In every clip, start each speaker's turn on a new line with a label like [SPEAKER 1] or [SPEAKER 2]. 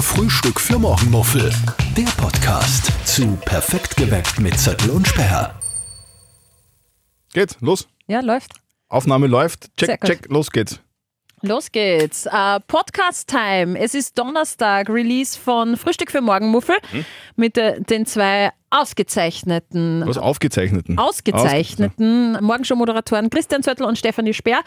[SPEAKER 1] Frühstück für Morgenmuffel. Der Podcast zu Perfekt geweckt mit Zettel und Sperr.
[SPEAKER 2] Geht's, los.
[SPEAKER 3] Ja, läuft.
[SPEAKER 2] Aufnahme läuft.
[SPEAKER 3] Sehr
[SPEAKER 2] Check,
[SPEAKER 3] gut.
[SPEAKER 2] check, los geht's.
[SPEAKER 3] Los geht's. Äh, Podcast-Time. Es ist Donnerstag, Release von Frühstück für Morgenmuffel
[SPEAKER 2] Mhm.
[SPEAKER 3] mit äh, den zwei ausgezeichneten,
[SPEAKER 2] Was aufgezeichneten.
[SPEAKER 3] ausgezeichneten Morgenshow-Moderatoren Christian Zöttl und Stefanie Speer.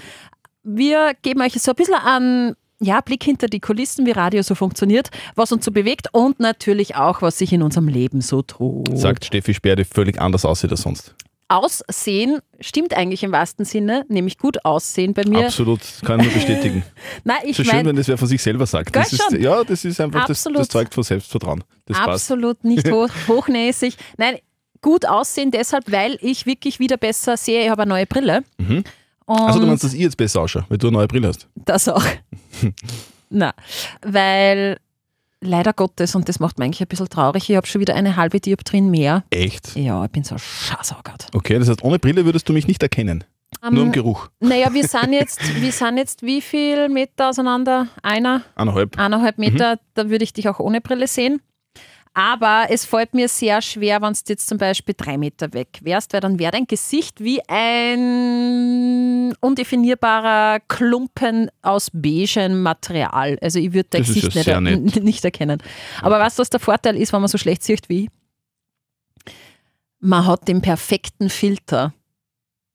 [SPEAKER 3] Wir geben euch so ein bisschen einen ja, Blick hinter die Kulissen, wie Radio so funktioniert, was uns so bewegt und natürlich auch, was sich in unserem Leben so tut.
[SPEAKER 2] Sagt Steffi Speer, die völlig anders aussieht als sonst.
[SPEAKER 3] Aussehen stimmt eigentlich im wahrsten Sinne, nämlich gut aussehen bei mir.
[SPEAKER 2] Absolut, kann ich nur bestätigen.
[SPEAKER 3] Nein,
[SPEAKER 2] Ist
[SPEAKER 3] ich
[SPEAKER 2] ja schön,
[SPEAKER 3] meine,
[SPEAKER 2] wenn das wer von sich selber sagt. Das
[SPEAKER 3] Gell,
[SPEAKER 2] ist,
[SPEAKER 3] schon.
[SPEAKER 2] ja, das ist einfach, das, das
[SPEAKER 3] Absolut.
[SPEAKER 2] zeugt von Selbstvertrauen. Das passt.
[SPEAKER 3] Absolut nicht hoch, hochnäsig. Nein, gut aussehen deshalb, weil ich wirklich wieder besser sehe. Ich habe eine neue Brille. Und
[SPEAKER 2] Also du meinst, dass ich jetzt besser ausschaue, weil du eine neue Brille hast.
[SPEAKER 3] das auch. Na, weil leider Gottes, und das macht manche ein bisschen traurig, ich habe schon wieder eine halbe Dioptrin mehr.
[SPEAKER 2] Echt?
[SPEAKER 3] Ja, ich bin so scharsaugert.
[SPEAKER 2] Okay, das heißt, ohne Brille würdest du mich nicht erkennen.
[SPEAKER 3] Ähm,
[SPEAKER 2] Nur im Geruch.
[SPEAKER 3] Naja, wir sind, jetzt, wir sind jetzt wie viel Meter auseinander? Einer?
[SPEAKER 2] Eineinhalb. Mhm.
[SPEAKER 3] eineinhalb Meter, da würde ich dich auch ohne Brille sehen. Aber es fällt mir sehr schwer, wenn du jetzt zum Beispiel drei Meter weg wärst, weil dann wäre dein Gesicht wie ein undefinierbarer Klumpen aus beigem Material. Also ich würde dein
[SPEAKER 2] Das ist
[SPEAKER 3] Gesicht
[SPEAKER 2] ja
[SPEAKER 3] nicht,
[SPEAKER 2] sehr
[SPEAKER 3] er
[SPEAKER 2] nett.
[SPEAKER 3] nicht erkennen. Aber weißt du, was der Vorteil ist, wenn man so schlecht sieht wie ich? Man hat den perfekten Filter.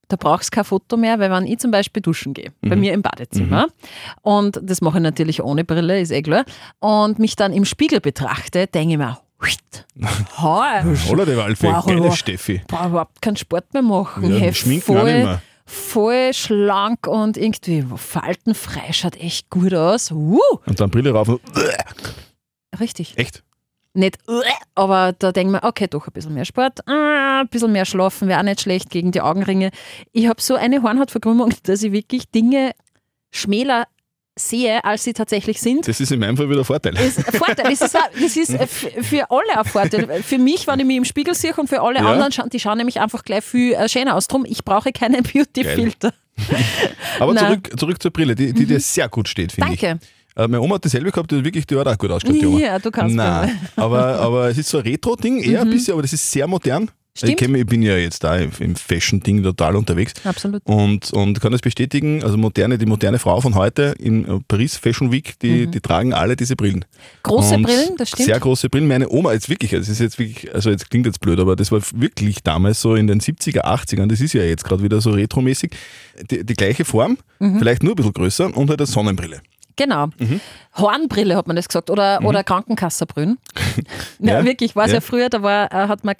[SPEAKER 3] Da brauchst du kein Foto mehr, weil wenn ich zum Beispiel duschen gehe, bei
[SPEAKER 2] Mhm.
[SPEAKER 3] mir im Badezimmer, und das mache ich natürlich ohne Brille, ist eh klar, und mich dann im Spiegel betrachte, denke ich mir, "Huit, Arsch,
[SPEAKER 2] Oder der Walfee.
[SPEAKER 3] Wow,
[SPEAKER 2] Geile
[SPEAKER 3] wow.
[SPEAKER 2] Steffi.
[SPEAKER 3] brauch überhaupt keinen Sport mehr machen.
[SPEAKER 2] Ja,
[SPEAKER 3] hey,
[SPEAKER 2] schminken auch nicht mehr.
[SPEAKER 3] voll schlank und irgendwie faltenfrei, schaut echt gut aus. Uh,
[SPEAKER 2] Und dann Brille rauf. und-
[SPEAKER 3] richtig.
[SPEAKER 2] Echt?
[SPEAKER 3] Nicht, "Uäh", aber da denke ich mir, okay, doch ein bisschen mehr Sport, ah, ein bisschen mehr schlafen wäre auch nicht schlecht gegen die Augenringe. Ich habe so eine Hornhautverkrümmung, dass ich wirklich Dinge schmäler sehe, als sie tatsächlich sind.
[SPEAKER 2] Das ist in meinem Fall wieder ein Vorteil.
[SPEAKER 3] ist ein Vorteil. Das ist, auch, das ist äh, f- für alle ein Vorteil. Für mich, wenn ich mich im Spiegel sehe und für alle
[SPEAKER 2] Ja.
[SPEAKER 3] anderen, schauen- die schauen nämlich einfach gleich viel äh, schöner aus. Drum, ich brauche keinen Beauty-Filter.
[SPEAKER 2] Aber
[SPEAKER 3] Nein.
[SPEAKER 2] zurück, zurück zur Brille, die, die dir sehr gut steht, finde ich.
[SPEAKER 3] Danke.
[SPEAKER 2] Äh, Meine Oma hat dieselbe gehabt, die hat wirklich, die hat auch gut ausgeschaut, die Oma.
[SPEAKER 3] Ja, du kannst Mhm.
[SPEAKER 2] Nein, aber, aber es ist so ein Retro-Ding, eher ein bisschen, aber das ist sehr modern. Also
[SPEAKER 3] Stimmt.
[SPEAKER 2] Ich, kenn mich, ich bin ja jetzt da im im Fashion-Ding total unterwegs
[SPEAKER 3] Absolut.
[SPEAKER 2] und, und kann das bestätigen. Also moderne, die moderne Frau von heute in äh, Paris Fashion Week, die, die tragen alle diese Brillen.
[SPEAKER 3] Mhm. Große
[SPEAKER 2] Und
[SPEAKER 3] Brillen, das stimmt.
[SPEAKER 2] Sehr große Brillen. Meine Oma jetzt wirklich, also es ist jetzt wirklich, also jetzt klingt jetzt blöd, aber das war wirklich damals so in den 70er, 80ern, das ist ja jetzt gerade wieder so retromäßig, die, die gleiche Form,
[SPEAKER 3] Mhm.
[SPEAKER 2] vielleicht nur ein bisschen größer und halt eine Sonnenbrille.
[SPEAKER 3] Genau. Hornbrille hat man das gesagt oder, oder Krankenkassenbrillen. Mhm. ja,
[SPEAKER 2] Ja,
[SPEAKER 3] wirklich, ich weiß
[SPEAKER 2] ja.
[SPEAKER 3] ja, früher, da war, äh, hat man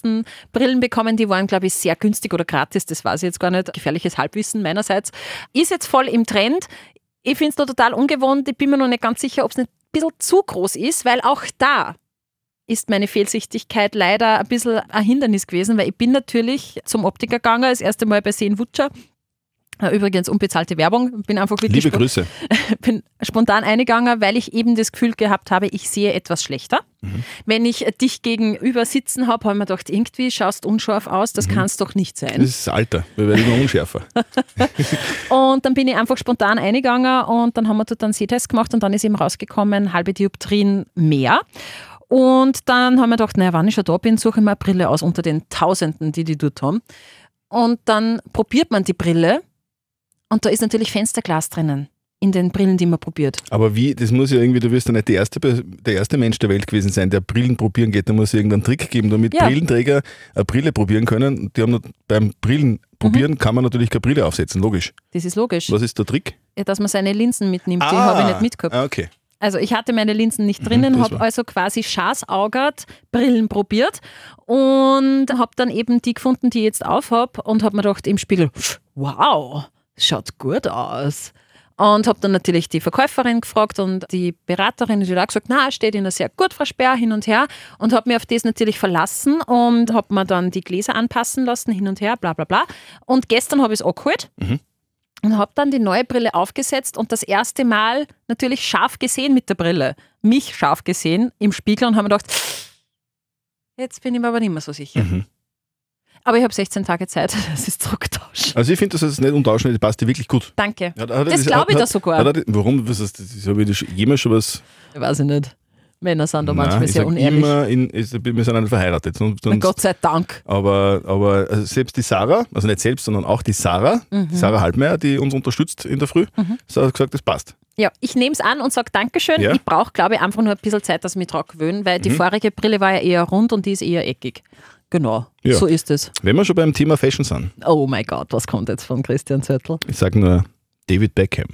[SPEAKER 3] Krankenkassenbrillen bekommen, die waren, glaube ich, sehr günstig oder gratis, das weiß ich jetzt gar nicht. Gefährliches Halbwissen meinerseits. Ist jetzt voll im Trend. Ich finde es nur total ungewohnt, ich bin mir noch nicht ganz sicher, ob es nicht ein bisschen zu groß ist, weil auch da ist meine Fehlsichtigkeit leider ein bisschen ein Hindernis gewesen, weil ich bin natürlich zum Optiker gegangen, das erste Mal bei Seen Wutscher. Äh, Übrigens unbezahlte Werbung, bin einfach wirklich
[SPEAKER 2] Liebe
[SPEAKER 3] spontan-
[SPEAKER 2] Grüße.
[SPEAKER 3] bin spontan eingegangen, weil ich eben das Gefühl gehabt habe, ich sehe etwas schlechter.
[SPEAKER 2] Mhm.
[SPEAKER 3] Wenn ich dich gegenüber sitzen habe, habe ich mir gedacht, irgendwie schaust unscharf aus, das kann es doch nicht
[SPEAKER 2] Mhm. Das
[SPEAKER 3] sein.
[SPEAKER 2] ist das Alter, wir werden immer unschärfer.
[SPEAKER 3] Und dann bin ich einfach spontan eingegangen und dann haben wir dort einen Sehtest gemacht und dann ist eben rausgekommen, halbe Dioptrien mehr. Und dann haben wir gedacht, naja, wann ich schon da bin, suche ich mir eine Brille aus unter den Tausenden, die die dort haben. Und dann probiert man die Brille und da ist natürlich Fensterglas drinnen in den Brillen, die man probiert.
[SPEAKER 2] Aber wie, das muss ja irgendwie, du wirst ja nicht die erste, Pers- der erste Mensch der Welt gewesen sein, der Brillen probieren geht. Da muss es irgendeinen Trick geben, damit
[SPEAKER 3] Ja.
[SPEAKER 2] Brillenträger eine Brille probieren können. Die haben nur- beim Brillen probieren
[SPEAKER 3] Mhm.
[SPEAKER 2] kann man natürlich keine Brille aufsetzen, logisch.
[SPEAKER 3] Das ist logisch.
[SPEAKER 2] Was ist der Trick?
[SPEAKER 3] Ja, dass man seine Linsen mitnimmt. Die habe ich nicht mitgehabt.
[SPEAKER 2] Ah, okay.
[SPEAKER 3] Also ich hatte meine Linsen nicht drinnen,
[SPEAKER 2] das
[SPEAKER 3] habe
[SPEAKER 2] war-
[SPEAKER 3] also quasi schasaugert Brillen probiert und habe dann eben die gefunden, die ich jetzt aufhab und habe mir gedacht im Spiegel, wow, schaut gut aus. Und habe dann natürlich die Verkäuferin gefragt und die Beraterin die hat halt auch gesagt, na, steht Ihnen sehr gut, Frau Sperr, hin und her. Und habe mir auf das natürlich verlassen und habe mir dann die Gläser anpassen lassen, hin und her, bla bla bla. Und gestern habe ich es angeholt
[SPEAKER 2] Mhm.
[SPEAKER 3] und habe dann die neue Brille aufgesetzt und das erste Mal natürlich scharf gesehen mit der Brille. Mich scharf gesehen im Spiegel und habe mir gedacht, jetzt bin ich mir aber nicht mehr so sicher.
[SPEAKER 2] Mhm.
[SPEAKER 3] Aber ich habe 16 Tage Zeit, das ist Drucktausch.
[SPEAKER 2] Also ich finde, das ist nicht untauschend, das passt dir wirklich gut.
[SPEAKER 3] Danke.
[SPEAKER 2] Hat- hat er
[SPEAKER 3] Das glaube ich
[SPEAKER 2] hat-
[SPEAKER 3] da sogar.
[SPEAKER 2] hat er das- Warum? Was ist das? Habe ich das schon- jemals schon was?
[SPEAKER 3] Weiß ich nicht. Männer sind da manchmal
[SPEAKER 2] ich
[SPEAKER 3] sehr
[SPEAKER 2] sag
[SPEAKER 3] unehrlich.
[SPEAKER 2] Immer in, ist, wir sind ja nicht verheiratet. Sonst,
[SPEAKER 3] Na,
[SPEAKER 2] sonst,
[SPEAKER 3] Gott sei Dank.
[SPEAKER 2] aber aber also selbst die Sarah, also nicht selbst, sondern auch die Sarah,
[SPEAKER 3] Mhm.
[SPEAKER 2] die Sarah Halbmeier, die uns unterstützt in der Früh, so hat gesagt, das passt.
[SPEAKER 3] Ja, ich nehme es an und sage Dankeschön.
[SPEAKER 2] Ja. Mhm.
[SPEAKER 3] Ich brauche, glaube ich, einfach nur ein bisschen Zeit, dass ich mich dran gewöhne, weil die vorige Brille war ja eher rund und die ist eher eckig. Genau,
[SPEAKER 2] Ja.
[SPEAKER 3] so ist es.
[SPEAKER 2] Wenn wir schon beim Thema Fashion sind,
[SPEAKER 3] Oh mein Gott, was kommt jetzt von Christian Zörtl?
[SPEAKER 2] ich sage nur David Beckham.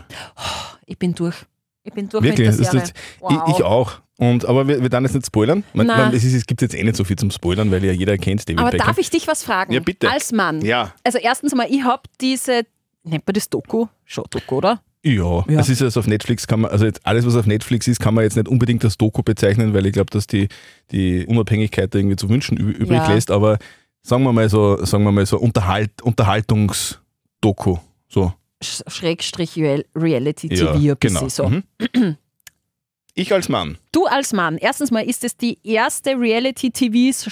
[SPEAKER 3] Ich bin durch. Ich bin durch
[SPEAKER 2] Wirklich,
[SPEAKER 3] mit
[SPEAKER 2] das
[SPEAKER 3] der
[SPEAKER 2] ist
[SPEAKER 3] Serie.
[SPEAKER 2] nicht,
[SPEAKER 3] wow.
[SPEAKER 2] ich, ich auch. Und, aber wir, wir dann jetzt nicht spoilern. Man,
[SPEAKER 3] Nein.
[SPEAKER 2] man, es, ist, es gibt jetzt eh nicht so viel zum Spoilern, weil ja jeder kennt David
[SPEAKER 3] Aber
[SPEAKER 2] Beckham.
[SPEAKER 3] darf ich dich was fragen?
[SPEAKER 2] Ja, bitte.
[SPEAKER 3] Als Mann.
[SPEAKER 2] ja,
[SPEAKER 3] Also erstens mal, ich habe diese, nennt man das Doku? Schon Doku, oder?
[SPEAKER 2] Ja,
[SPEAKER 3] Ja.
[SPEAKER 2] es ist also auf Netflix kann man, also jetzt alles, was auf Netflix ist, kann man jetzt nicht unbedingt als Doku bezeichnen, weil ich glaube, dass die, die Unabhängigkeit da irgendwie zu wünschen üb übrig
[SPEAKER 3] Ja.
[SPEAKER 2] lässt, aber sagen wir mal so, sagen wir mal so Unterhalt, Unterhaltungsdoku. So.
[SPEAKER 3] Sch- Schrägstrich Real- Reality
[SPEAKER 2] Ja,
[SPEAKER 3] TV, ein bisschen
[SPEAKER 2] genau.
[SPEAKER 3] so.
[SPEAKER 2] Mhm. Ich als Mann.
[SPEAKER 3] Du als Mann, erstens mal ist es die erste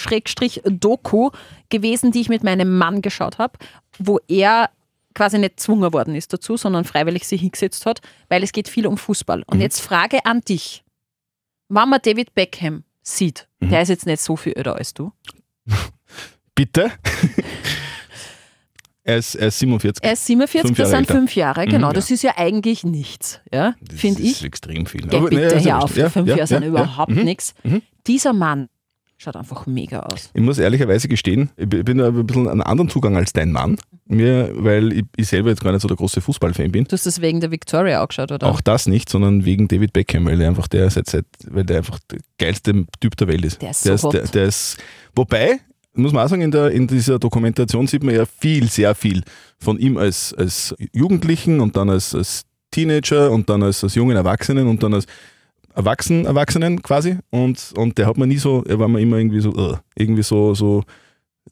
[SPEAKER 3] Reality-TV-Doku gewesen, die ich mit meinem Mann geschaut habe, wo er quasi nicht gezwungen worden ist dazu, sondern freiwillig sich hingesetzt hat, weil es geht viel um Fußball. Und
[SPEAKER 2] Mhm.
[SPEAKER 3] jetzt Frage an dich. Wenn man David Beckham sieht,
[SPEAKER 2] Mhm.
[SPEAKER 3] der ist jetzt nicht so viel älter als du.
[SPEAKER 2] Bitte. er, ist, er ist 47.
[SPEAKER 3] Er ist 47,
[SPEAKER 2] Fünf
[SPEAKER 3] das
[SPEAKER 2] Jahre
[SPEAKER 3] sind
[SPEAKER 2] älter.
[SPEAKER 3] fünf Jahre, genau.
[SPEAKER 2] Mhm, ja.
[SPEAKER 3] Das ist ja eigentlich nichts, ja,
[SPEAKER 2] Das
[SPEAKER 3] finde
[SPEAKER 2] ist
[SPEAKER 3] ich.
[SPEAKER 2] extrem viel.
[SPEAKER 3] Geh
[SPEAKER 2] Aber,
[SPEAKER 3] bitte
[SPEAKER 2] naja, ist
[SPEAKER 3] hier
[SPEAKER 2] wurscht.
[SPEAKER 3] auf, die fünf Jahre sind überhaupt
[SPEAKER 2] Mhm.
[SPEAKER 3] nichts.
[SPEAKER 2] Mhm.
[SPEAKER 3] Dieser Mann schaut einfach mega aus.
[SPEAKER 2] Ich muss ehrlicherweise gestehen, ich bin- bin da ein bisschen einen anderen Zugang als dein Mann. Mir, weil ich, ich selber jetzt gar nicht so der große Fußballfan bin.
[SPEAKER 3] Du hast das wegen der Victoria angeschaut, oder?
[SPEAKER 2] Auch das nicht, sondern wegen David Beckham, weil er einfach der seit, seit weil der einfach der geilste Typ der Welt ist.
[SPEAKER 3] Der ist
[SPEAKER 2] der,
[SPEAKER 3] so
[SPEAKER 2] ist, der,
[SPEAKER 3] hot.
[SPEAKER 2] der ist Wobei, muss man auch sagen, in, der, in dieser Dokumentation sieht man ja viel, sehr viel von ihm als, als Jugendlichen und dann als, als Teenager und dann als, als jungen Erwachsenen und dann als Erwachsenen, Erwachsenen quasi. Und, und der hat man nie so, er war mir immer irgendwie so, äh, irgendwie so, so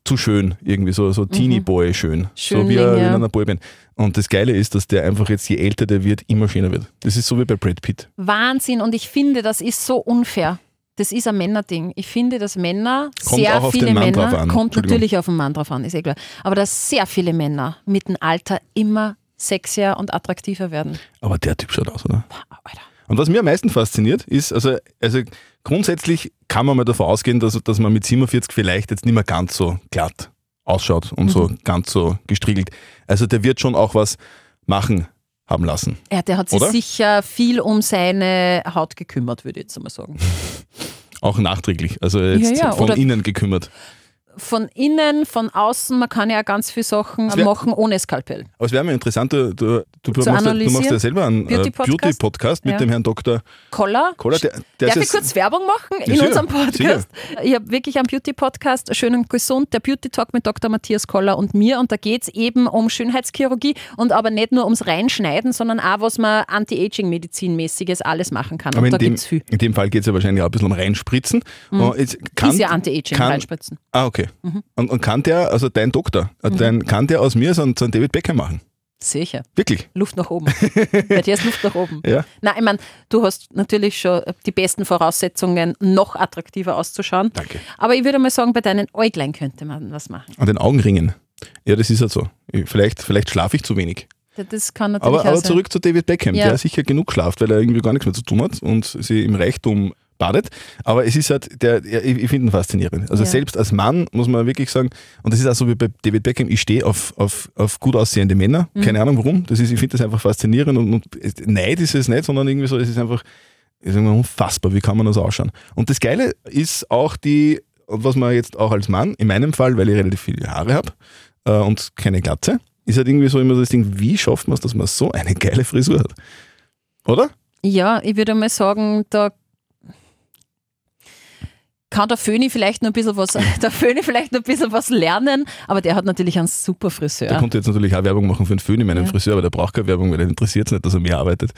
[SPEAKER 2] zu schön, irgendwie so,
[SPEAKER 3] Mhm.
[SPEAKER 2] so Teenie-Boy schön. so wie
[SPEAKER 3] Schönling,
[SPEAKER 2] er
[SPEAKER 3] ja.
[SPEAKER 2] in einer Boyband. Und das Geile ist, dass der einfach jetzt, je älter der wird, immer schöner wird. Das ist so wie bei Brad Pitt.
[SPEAKER 3] Wahnsinn und ich finde, das ist so unfair. Das ist ein Männerding. Ich finde, dass Männer,
[SPEAKER 2] Kommt
[SPEAKER 3] sehr
[SPEAKER 2] auch auf
[SPEAKER 3] viele
[SPEAKER 2] den Mann
[SPEAKER 3] Männer,
[SPEAKER 2] drauf an.
[SPEAKER 3] kommt
[SPEAKER 2] Entschuldigung.
[SPEAKER 3] natürlich auf den Mann drauf an, ist eh klar. Aber dass sehr viele Männer mit dem Alter immer sexier und attraktiver werden.
[SPEAKER 2] Aber der Typ schaut aus, oder?
[SPEAKER 3] Boah, Alter.
[SPEAKER 2] Und was mir am meisten fasziniert, ist, also, also grundsätzlich kann man mal davon ausgehen, dass, dass man mit 47 vielleicht jetzt nicht mehr ganz so glatt ausschaut und so
[SPEAKER 3] Mhm.
[SPEAKER 2] ganz so gestriegelt. Also der wird schon auch was machen haben lassen.
[SPEAKER 3] Ja, der hat sich
[SPEAKER 2] Oder?
[SPEAKER 3] sicher viel um seine Haut gekümmert, würde ich jetzt mal sagen.
[SPEAKER 2] Auch nachträglich. Also jetzt
[SPEAKER 3] ja,
[SPEAKER 2] von
[SPEAKER 3] oder-
[SPEAKER 2] innen gekümmert.
[SPEAKER 3] Von innen, von außen, man kann ja auch ganz viele Sachen
[SPEAKER 2] wär-
[SPEAKER 3] machen ohne Skalpell.
[SPEAKER 2] Aber es wäre mir interessant, du, du, du, machst, ja- du machst ja
[SPEAKER 3] analysieren.
[SPEAKER 2] selber einen äh,
[SPEAKER 3] Beauty-Podcast?
[SPEAKER 2] Beauty-Podcast mit
[SPEAKER 3] Ja.
[SPEAKER 2] dem Herrn Dr.
[SPEAKER 3] Koller?
[SPEAKER 2] Koller. Der, der ist
[SPEAKER 3] Darf ich
[SPEAKER 2] jetzt-
[SPEAKER 3] kurz Werbung machen in
[SPEAKER 2] sicher,
[SPEAKER 3] unserem Podcast? Ich habe wirklich einen Beauty-Podcast, schön und gesund, der Beauty-Talk mit Dr. Matthias Koller und mir. Und da geht es eben um Schönheitschirurgie und aber nicht nur ums Reinschneiden, sondern auch, was man Anti-Aging-Medizinmäßiges alles machen kann.
[SPEAKER 2] Aber
[SPEAKER 3] Und
[SPEAKER 2] in
[SPEAKER 3] da
[SPEAKER 2] dem,
[SPEAKER 3] gibt es viel.
[SPEAKER 2] in dem Fall geht es ja wahrscheinlich auch ein bisschen um Reinspritzen. Und jetzt kann,
[SPEAKER 3] Mhm. Ist ja Anti-Aging, Mhm.
[SPEAKER 2] kann-
[SPEAKER 3] reinspritzen.
[SPEAKER 2] Ah, okay. Und, und kann der, also dein Doktor, äh,
[SPEAKER 3] Mhm.
[SPEAKER 2] dein, kann der aus mir so einen, so einen David Beckham machen?
[SPEAKER 3] Sicher.
[SPEAKER 2] Wirklich?
[SPEAKER 3] Luft nach oben. Bei dir ist Luft nach oben.
[SPEAKER 2] Ja.
[SPEAKER 3] Nein, ich meine, du hast natürlich schon die besten Voraussetzungen, noch attraktiver auszuschauen.
[SPEAKER 2] Danke.
[SPEAKER 3] Aber ich würde mal sagen, bei deinen Äuglein könnte man was machen.
[SPEAKER 2] An den Augenringen. Ja, das ist halt so. Ich- Vielleicht, vielleicht schlafe ich zu wenig.
[SPEAKER 3] Das kann natürlich
[SPEAKER 2] Aber,
[SPEAKER 3] auch
[SPEAKER 2] aber
[SPEAKER 3] sein.
[SPEAKER 2] zurück zu David Beckham,
[SPEAKER 3] Ja.
[SPEAKER 2] der sicher genug schlaft, weil er irgendwie gar nichts mehr zu tun hat und sie im Reichtum badet. Aber es ist halt, der, ja, ich, ich finde ihn faszinierend. Also
[SPEAKER 3] Ja.
[SPEAKER 2] selbst als Mann muss man wirklich sagen, und das ist auch so wie bei David Beckham, ich stehe auf, auf, auf gut aussehende Männer, keine Ahnung warum. Das ist, ich finde das einfach faszinierend und, und es- Neid ist es nicht, sondern irgendwie so, es ist einfach es ist irgendwie unfassbar, wie kann man das ausschauen. Und das Geile ist auch die, und was man jetzt auch als Mann, in meinem Fall, weil ich relativ viele Haare habe äh, und keine Glatze, ist halt irgendwie so immer so das Ding, wie schafft man es, dass man so eine geile Frisur hat? Oder?
[SPEAKER 3] Ja, ich würde mal sagen, da kann der Föhni vielleicht noch ein bisschen was, der Föhni vielleicht noch ein bisschen was lernen, aber der hat natürlich einen super
[SPEAKER 2] Der
[SPEAKER 3] Friseur.
[SPEAKER 2] konnte jetzt natürlich auch Werbung machen für einen Föhn in meinem
[SPEAKER 3] Ja.
[SPEAKER 2] Friseur, aber der braucht keine Werbung, weil er interessiert es nicht, dass er mehr arbeitet.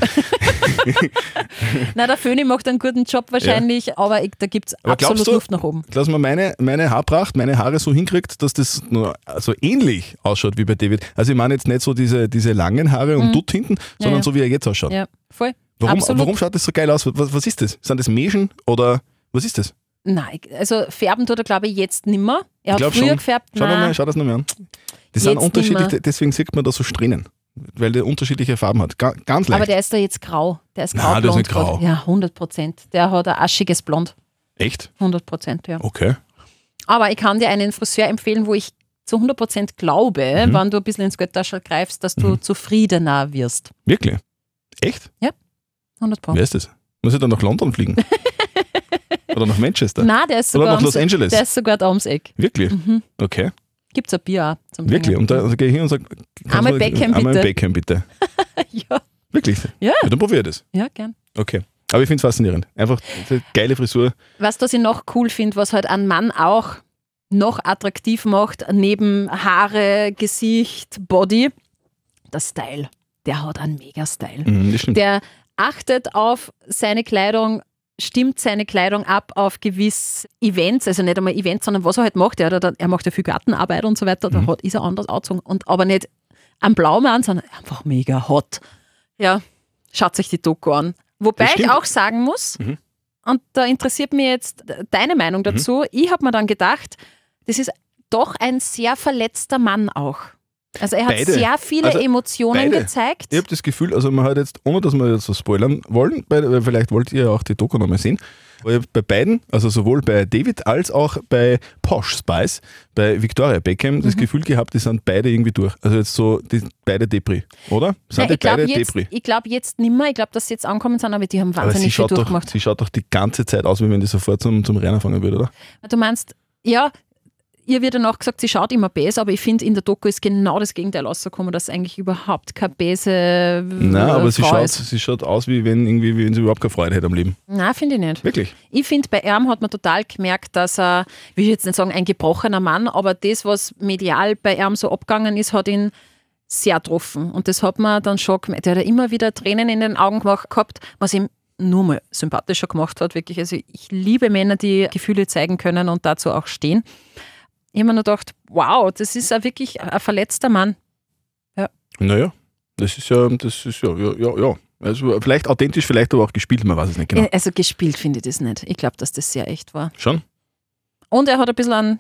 [SPEAKER 3] Nein, der Föhni macht einen guten Job wahrscheinlich, aber ich, da gibt es
[SPEAKER 2] Aber glaubst
[SPEAKER 3] absolut
[SPEAKER 2] du-
[SPEAKER 3] Luft nach oben.
[SPEAKER 2] dass man meine, meine Haarpracht, meine Haare so hinkriegt, dass das nur so ähnlich ausschaut wie bei David. Also ich meine jetzt nicht so diese, diese langen Haare und Dutt hinten, sondern
[SPEAKER 3] Mhm. ja.
[SPEAKER 2] so wie er jetzt ausschaut.
[SPEAKER 3] Ja, voll.
[SPEAKER 2] Warum,
[SPEAKER 3] absolut.
[SPEAKER 2] warum schaut das so geil aus? Was, was ist das? Sind das Meschen oder was ist das?
[SPEAKER 3] Nein, also färben tut er, glaube ich, jetzt nimmer. Er
[SPEAKER 2] Ich
[SPEAKER 3] hat
[SPEAKER 2] glaub
[SPEAKER 3] früher
[SPEAKER 2] schon.
[SPEAKER 3] gefärbt.
[SPEAKER 2] Schau, noch
[SPEAKER 3] Nein.
[SPEAKER 2] mal, schau das nochmal an. Die sind
[SPEAKER 3] Jetzt
[SPEAKER 2] unterschiedlich,
[SPEAKER 3] nimmer.
[SPEAKER 2] deswegen sieht man da so Strähnen. weil der unterschiedliche Farben hat. Ga ganz leicht.
[SPEAKER 3] Aber der ist da jetzt grau. Der ist grau.
[SPEAKER 2] Na, der ist nicht grau.
[SPEAKER 3] Ja, 100 Prozent. Der hat ein aschiges Blond.
[SPEAKER 2] Echt?
[SPEAKER 3] 100 Prozent, ja.
[SPEAKER 2] Okay.
[SPEAKER 3] Aber ich kann dir einen Friseur empfehlen, wo ich zu 100 Prozent glaube,
[SPEAKER 2] Mhm.
[SPEAKER 3] wenn du ein bisschen ins Götterschall greifst, dass du zufriedener wirst.
[SPEAKER 2] Wirklich? Echt?
[SPEAKER 3] 100
[SPEAKER 2] Wer
[SPEAKER 3] Prozent.
[SPEAKER 2] ist das? Muss ich dann nach London fliegen? Oder nach Manchester?
[SPEAKER 3] Nein, der ist
[SPEAKER 2] Oder
[SPEAKER 3] sogar
[SPEAKER 2] nach Los
[SPEAKER 3] ums-
[SPEAKER 2] Angeles?
[SPEAKER 3] Der ist sogar da ums Eck.
[SPEAKER 2] Wirklich?
[SPEAKER 3] Mhm.
[SPEAKER 2] Okay.
[SPEAKER 3] Gibt es ein Bier auch zum
[SPEAKER 2] Wirklich? Und
[SPEAKER 3] Trinken.
[SPEAKER 2] da also gehe ich hin und sage:
[SPEAKER 3] Einmal Beckham,
[SPEAKER 2] einmal
[SPEAKER 3] bitte.
[SPEAKER 2] Beckham bitte.
[SPEAKER 3] ja,
[SPEAKER 2] Wirklich?
[SPEAKER 3] Ja.
[SPEAKER 2] Dann probier ich das.
[SPEAKER 3] ja, gern.
[SPEAKER 2] Okay. Aber ich finde es faszinierend. Einfach diese geile Frisur.
[SPEAKER 3] Weißt du, was ich noch cool finde, was halt ein Mann auch noch attraktiv macht, neben Haare, Gesicht, Body? Der Style. Der hat einen Mega-Style.
[SPEAKER 2] Mhm, das stimmt.
[SPEAKER 3] Der achtet auf seine Kleidung, stimmt seine Kleidung ab auf gewisse Events, also nicht einmal Events, sondern was er halt macht. Er, hat, dann- er macht ja viel Gartenarbeit und so weiter,
[SPEAKER 2] Mhm.
[SPEAKER 3] da hat, ist er anders angezogen. Und, aber nicht am Blaumann, sondern einfach mega hot. Ja, schaut sich die Doku an. Wobei
[SPEAKER 2] Das
[SPEAKER 3] ich
[SPEAKER 2] stimmt.
[SPEAKER 3] auch sagen muss,
[SPEAKER 2] Mhm.
[SPEAKER 3] und da interessiert mich jetzt deine Meinung dazu, ich habe mir dann gedacht, das ist doch ein sehr verletzter Mann auch. Also er hat
[SPEAKER 2] Beide.
[SPEAKER 3] sehr viele
[SPEAKER 2] Also
[SPEAKER 3] Emotionen
[SPEAKER 2] beide.
[SPEAKER 3] gezeigt.
[SPEAKER 2] Ich habe das Gefühl, also man hat jetzt, ohne dass wir jetzt was spoilern wollen, bei, weil vielleicht wollt ihr ja auch die Doku nochmal sehen, aber ich hab bei beiden, also sowohl bei David als auch bei Posh Spice, bei Victoria Beckham,
[SPEAKER 3] Mhm.
[SPEAKER 2] das Gefühl gehabt, die sind beide irgendwie durch. Also jetzt so, die sind beide Depri, oder? Sind
[SPEAKER 3] Nein,
[SPEAKER 2] die
[SPEAKER 3] ich glaube
[SPEAKER 2] beide
[SPEAKER 3] jetzt,
[SPEAKER 2] Depri?
[SPEAKER 3] ich glaub jetzt nimmer, ich glaube, dass sie jetzt angekommen sind, aber die haben
[SPEAKER 2] Aber sie
[SPEAKER 3] wahnsinnig viel
[SPEAKER 2] schaut, doch,
[SPEAKER 3] durchgemacht.
[SPEAKER 2] sie schaut doch die ganze Zeit aus, wie wenn die sofort zum, zum Rennen fangen würde, oder?
[SPEAKER 3] Du meinst, ja, ihr wird danach gesagt, sie schaut immer bäse, aber ich finde, in der Doku ist genau das Gegenteil rausgekommen, dass sie eigentlich überhaupt keine bäse
[SPEAKER 2] Nein,
[SPEAKER 3] äh,
[SPEAKER 2] aber sie
[SPEAKER 3] Frau
[SPEAKER 2] schaut,
[SPEAKER 3] ist.
[SPEAKER 2] sie schaut aus, wie wenn, irgendwie, wie wenn sie überhaupt keine Freude hätte am Leben.
[SPEAKER 3] Nein, finde ich nicht.
[SPEAKER 2] Wirklich.
[SPEAKER 3] Ich finde, bei ihm hat man total gemerkt, dass er, will ich jetzt nicht sagen, ein gebrochener Mann, aber das, was medial bei ihm so abgegangen ist, hat ihn sehr getroffen. Und das hat man dann schon gemerkt. Der hat ja immer wieder Tränen in den Augen gemacht, gehabt, was ihm nur mal sympathischer gemacht hat, wirklich. Also ich liebe Männer, die Gefühle zeigen können und dazu auch stehen. Ich habe mir nur gedacht, wow, das ist ja wirklich ein verletzter Mann.
[SPEAKER 2] Naja, das ist ja, das ist ja, ja, ja, ja. Also vielleicht authentisch, vielleicht aber auch gespielt, man weiß es nicht genau.
[SPEAKER 3] Äh, Also gespielt finde ich das nicht. Ich glaube, dass das sehr echt war.
[SPEAKER 2] Schon?
[SPEAKER 3] Und er hat ein bisschen an,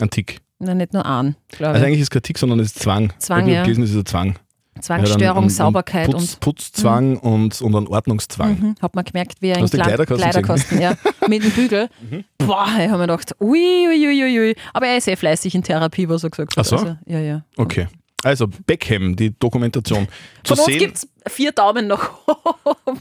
[SPEAKER 2] Ein Tick.
[SPEAKER 3] na, nicht nur an,
[SPEAKER 2] Also
[SPEAKER 3] glaube
[SPEAKER 2] eigentlich ist Kritik, sondern es ist Zwang.
[SPEAKER 3] Ah, Zwang,
[SPEAKER 2] Ich habe
[SPEAKER 3] ja.
[SPEAKER 2] gelesen, es ist ein Zwang. um,
[SPEAKER 3] ich. Zwangsstörung, Sauberkeit
[SPEAKER 2] Putz,
[SPEAKER 3] und
[SPEAKER 2] Putzzwang und, und einen Ordnungszwang.
[SPEAKER 3] Mhm, hat man gemerkt, wie er in
[SPEAKER 2] Hast du den
[SPEAKER 3] Kleid-
[SPEAKER 2] Kleiderkasten
[SPEAKER 3] Kleiderkasten ja, mit dem Bügel. Boah, ich habe mir gedacht, ui, ui, ui, ui, ui. Aber er ist eh fleißig in Therapie, was er gesagt
[SPEAKER 2] Ach
[SPEAKER 3] hat.
[SPEAKER 2] so?
[SPEAKER 3] Also, ja, ja.
[SPEAKER 2] Okay. Also Beckham, die Dokumentation. Zu
[SPEAKER 3] Von uns
[SPEAKER 2] sehen,
[SPEAKER 3] gibt es vier Daumen noch.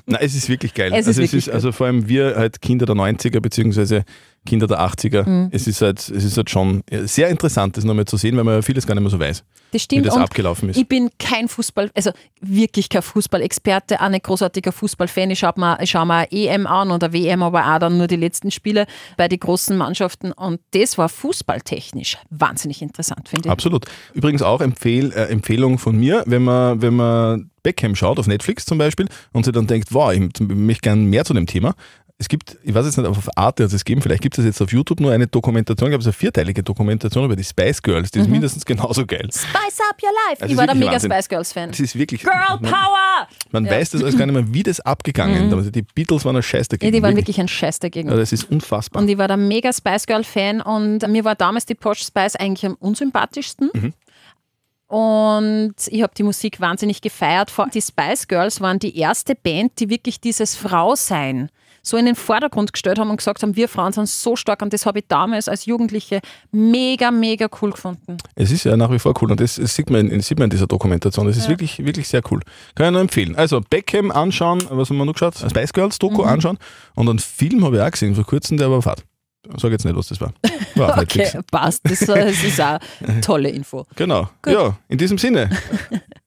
[SPEAKER 2] Nein, es ist wirklich geil.
[SPEAKER 3] Es ist
[SPEAKER 2] also,
[SPEAKER 3] wirklich
[SPEAKER 2] es ist, also vor allem wir halt Kinder der 90er beziehungsweise Kinder der 80er.
[SPEAKER 3] Mhm.
[SPEAKER 2] Es, ist halt, es ist halt schon sehr interessant, das nochmal zu sehen, weil man ja vieles gar nicht mehr so weiß,
[SPEAKER 3] Das
[SPEAKER 2] wie
[SPEAKER 3] stimmt.
[SPEAKER 2] das
[SPEAKER 3] und
[SPEAKER 2] abgelaufen ist.
[SPEAKER 3] ich bin kein Fußball, also wirklich kein Fußballexperte, auch nicht großartiger Fußballfan. Ich schaue mir, ich schau mir eine EM an oder WM, aber auch dann nur die letzten Spiele bei den großen Mannschaften. Und das war fußballtechnisch wahnsinnig interessant, finde ich.
[SPEAKER 2] Absolut. Übrigens auch Empfehl, äh, Empfehlung von mir, wenn man, wenn man Beckham schaut, auf Netflix zum Beispiel, und sich dann denkt, wow, ich m- möchte gerne mehr zu dem Thema. Es gibt, ich weiß jetzt nicht, auf Arte hat es gegeben, vielleicht gibt es jetzt auf YouTube nur eine Dokumentation, gab es eine vierteilige Dokumentation über die Spice Girls,
[SPEAKER 3] Mhm.
[SPEAKER 2] die ist mindestens genauso geil.
[SPEAKER 3] Spice up your life.
[SPEAKER 2] Also
[SPEAKER 3] ich war der
[SPEAKER 2] wirklich
[SPEAKER 3] mega
[SPEAKER 2] Wahnsinn. Mhm.
[SPEAKER 3] Spice Girls Fan.
[SPEAKER 2] Es ist wirklich,
[SPEAKER 3] Girl
[SPEAKER 2] man,
[SPEAKER 3] Power!
[SPEAKER 2] man
[SPEAKER 3] Ja.
[SPEAKER 2] weiß das alles gar nicht mehr, wie das abgegangen ist. Also die Beatles waren ein Scheiß
[SPEAKER 3] Ja,
[SPEAKER 2] dagegen.
[SPEAKER 3] die waren wirklich ein Scheiß dagegen.
[SPEAKER 2] Also das ist unfassbar.
[SPEAKER 3] und ich war da mega Spice Girl Fan und mir war damals die Posh Spice eigentlich am unsympathischsten.
[SPEAKER 2] Mhm.
[SPEAKER 3] Und ich habe die Musik wahnsinnig gefeiert. Vor- Die Spice Girls waren die erste Band, die wirklich dieses Frausein so in den Vordergrund gestellt haben und gesagt haben, wir Frauen sind so stark und das habe ich damals als Jugendliche mega, mega cool gefunden.
[SPEAKER 2] Es ist ja nach wie vor cool und das, das sieht, man in, das sieht man in dieser Dokumentation. Das ist wirklich, wirklich sehr cool. Kann ich nur empfehlen. Also Beckham anschauen, was haben wir noch geschaut?
[SPEAKER 3] Also-
[SPEAKER 2] Spice Girls Doku
[SPEAKER 3] Mhm.
[SPEAKER 2] anschauen und einen Film habe ich auch gesehen vor kurzem, der war fad. Sag jetzt nicht, was das war. War auf Netflix.
[SPEAKER 3] Okay, passt. Das, das ist auch tolle Info.
[SPEAKER 2] Genau. Ja, in diesem Sinne.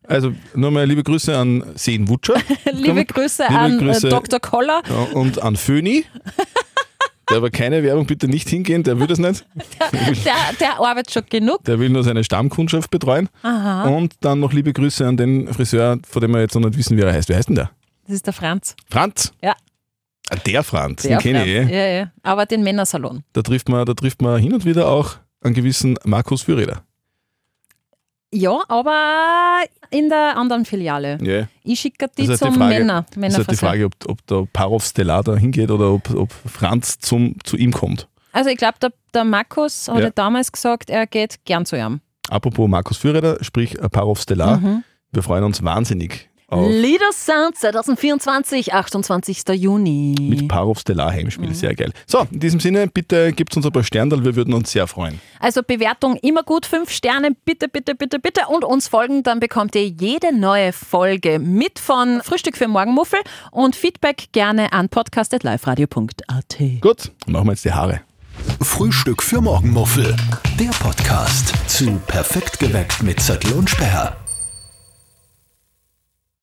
[SPEAKER 2] Also nochmal liebe Grüße an Seen Wutscher
[SPEAKER 3] Liebe Grüße
[SPEAKER 2] Liebe
[SPEAKER 3] an
[SPEAKER 2] Grüße.
[SPEAKER 3] Äh, Dr. Koller.
[SPEAKER 2] ja, und an Föni. Der aber keine Werbung bitte nicht hingehen, der will das nicht.
[SPEAKER 3] Der, der arbeitet schon genug.
[SPEAKER 2] Der will nur seine Stammkundschaft betreuen. Und dann noch liebe Grüße an den Friseur, von dem wir jetzt noch nicht wissen, wie er heißt. Wie heißt denn der?
[SPEAKER 3] Das ist der Franz.
[SPEAKER 2] Franz.
[SPEAKER 3] Ja.
[SPEAKER 2] Ah, Der Franz,
[SPEAKER 3] Der
[SPEAKER 2] den kenne ich.
[SPEAKER 3] Franz.
[SPEAKER 2] eh.
[SPEAKER 3] Ja, ja. Aber den Männersalon.
[SPEAKER 2] Da trifft, man, da trifft man hin und wieder auch einen gewissen Markus Fürreder.
[SPEAKER 3] Ja, aber in der anderen Filiale.
[SPEAKER 2] Yeah.
[SPEAKER 3] Ich schicke die
[SPEAKER 2] Das ist halt
[SPEAKER 3] zum
[SPEAKER 2] die Frage-
[SPEAKER 3] Männer.
[SPEAKER 2] Das ist halt die
[SPEAKER 3] Männerfriseur.
[SPEAKER 2] Frage, ob, ob der Parov Stella da hingeht oder ob, ob Franz zum, zu ihm kommt.
[SPEAKER 3] Also ich glaube, der, der Markus hat
[SPEAKER 2] Ja.
[SPEAKER 3] ja. damals gesagt, er geht gern zu ihm. Mhm.
[SPEAKER 2] Apropos Markus Fürreder, sprich äh, Parov Stella. Wir freuen uns wahnsinnig auf
[SPEAKER 3] Leader Sound 2024, 28. Juni.
[SPEAKER 2] mit Parov Stellar Heimspiel.
[SPEAKER 3] Mhm.
[SPEAKER 2] Sehr geil. So, in diesem Sinne, bitte gibt uns ein paar Sterndal, wir würden uns sehr freuen.
[SPEAKER 3] Also Bewertung immer gut, fünf Sterne, bitte, bitte, bitte, bitte. Und uns folgen, dann bekommt ihr jede neue Folge mit von Frühstück für Morgenmuffel und Feedback gerne an podcast.liferadio.at.
[SPEAKER 2] Gut, machen wir jetzt die Haare.
[SPEAKER 1] Frühstück für Morgenmuffel. Der Podcast zu Perfekt geweckt mit Zettel und Sperr.